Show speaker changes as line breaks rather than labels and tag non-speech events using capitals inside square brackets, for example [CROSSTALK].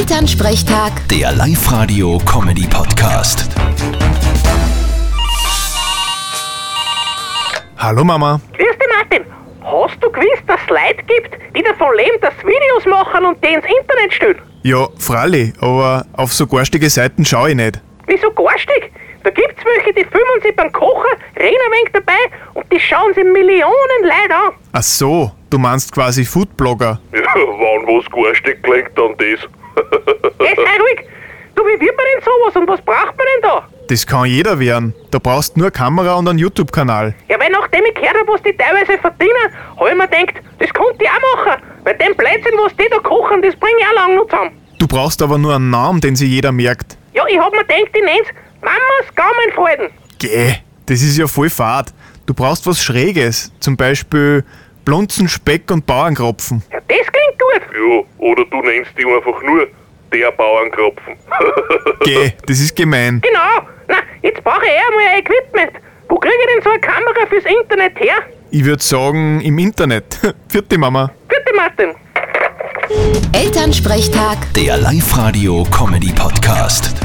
Elternsprechtag,
Der Live-Radio-Comedy-Podcast.
Hallo Mama.
Grüß dich, Martin. Hast du gewusst, dass es Leute gibt, die davon leben, dass sie Videos machen und die ins Internet stellen?
Ja, freilich, aber auf so garstige Seiten schaue ich nicht.
Wieso garstig? Da gibt's welche, die filmen sich beim Kochen, reden ein wenig dabei und die schauen sich Millionen Leute an.
Ach so, du meinst quasi Foodblogger.
[LAUGHS] Ja, wann was garstig klingt, dann das. [LAUGHS]
Hey, sei ruhig. Du, wie wird man denn sowas und was braucht man denn da?
Das kann jeder werden. Da brauchst nur Kamera und einen YouTube-Kanal.
Ja, weil nachdem ich gehört hab, was die teilweise verdienen, hab ich mir gedacht, das konnte ich auch machen. Weil den Blödsinn, was die da kochen, das bringe ich auch lang noch zusammen.
Du brauchst aber nur einen Namen, den sich jeder merkt.
Ja, ich hab mir gedacht, ich nenn's Mamas Gaumenfalten.
Gäh, das ist ja voll fad. Du brauchst was Schräges. Zum Beispiel Blunzen, Speck und Bauernkropfen.
Ja, das klingt gut.
Ja, oder du nennst die einfach nur der [LAUGHS] Bauernkropfen.
Gäh, das ist gemein.
Genau. Na, jetzt brauche ich eh einmal ein Equipment. Wo kriege ich denn so eine Kamera fürs Internet her?
Ich würde sagen, im Internet. [LAUGHS] Vierte Mama.
Bitte, Martin.
Elternsprechtag.
Der Live-Radio-Comedy-Podcast.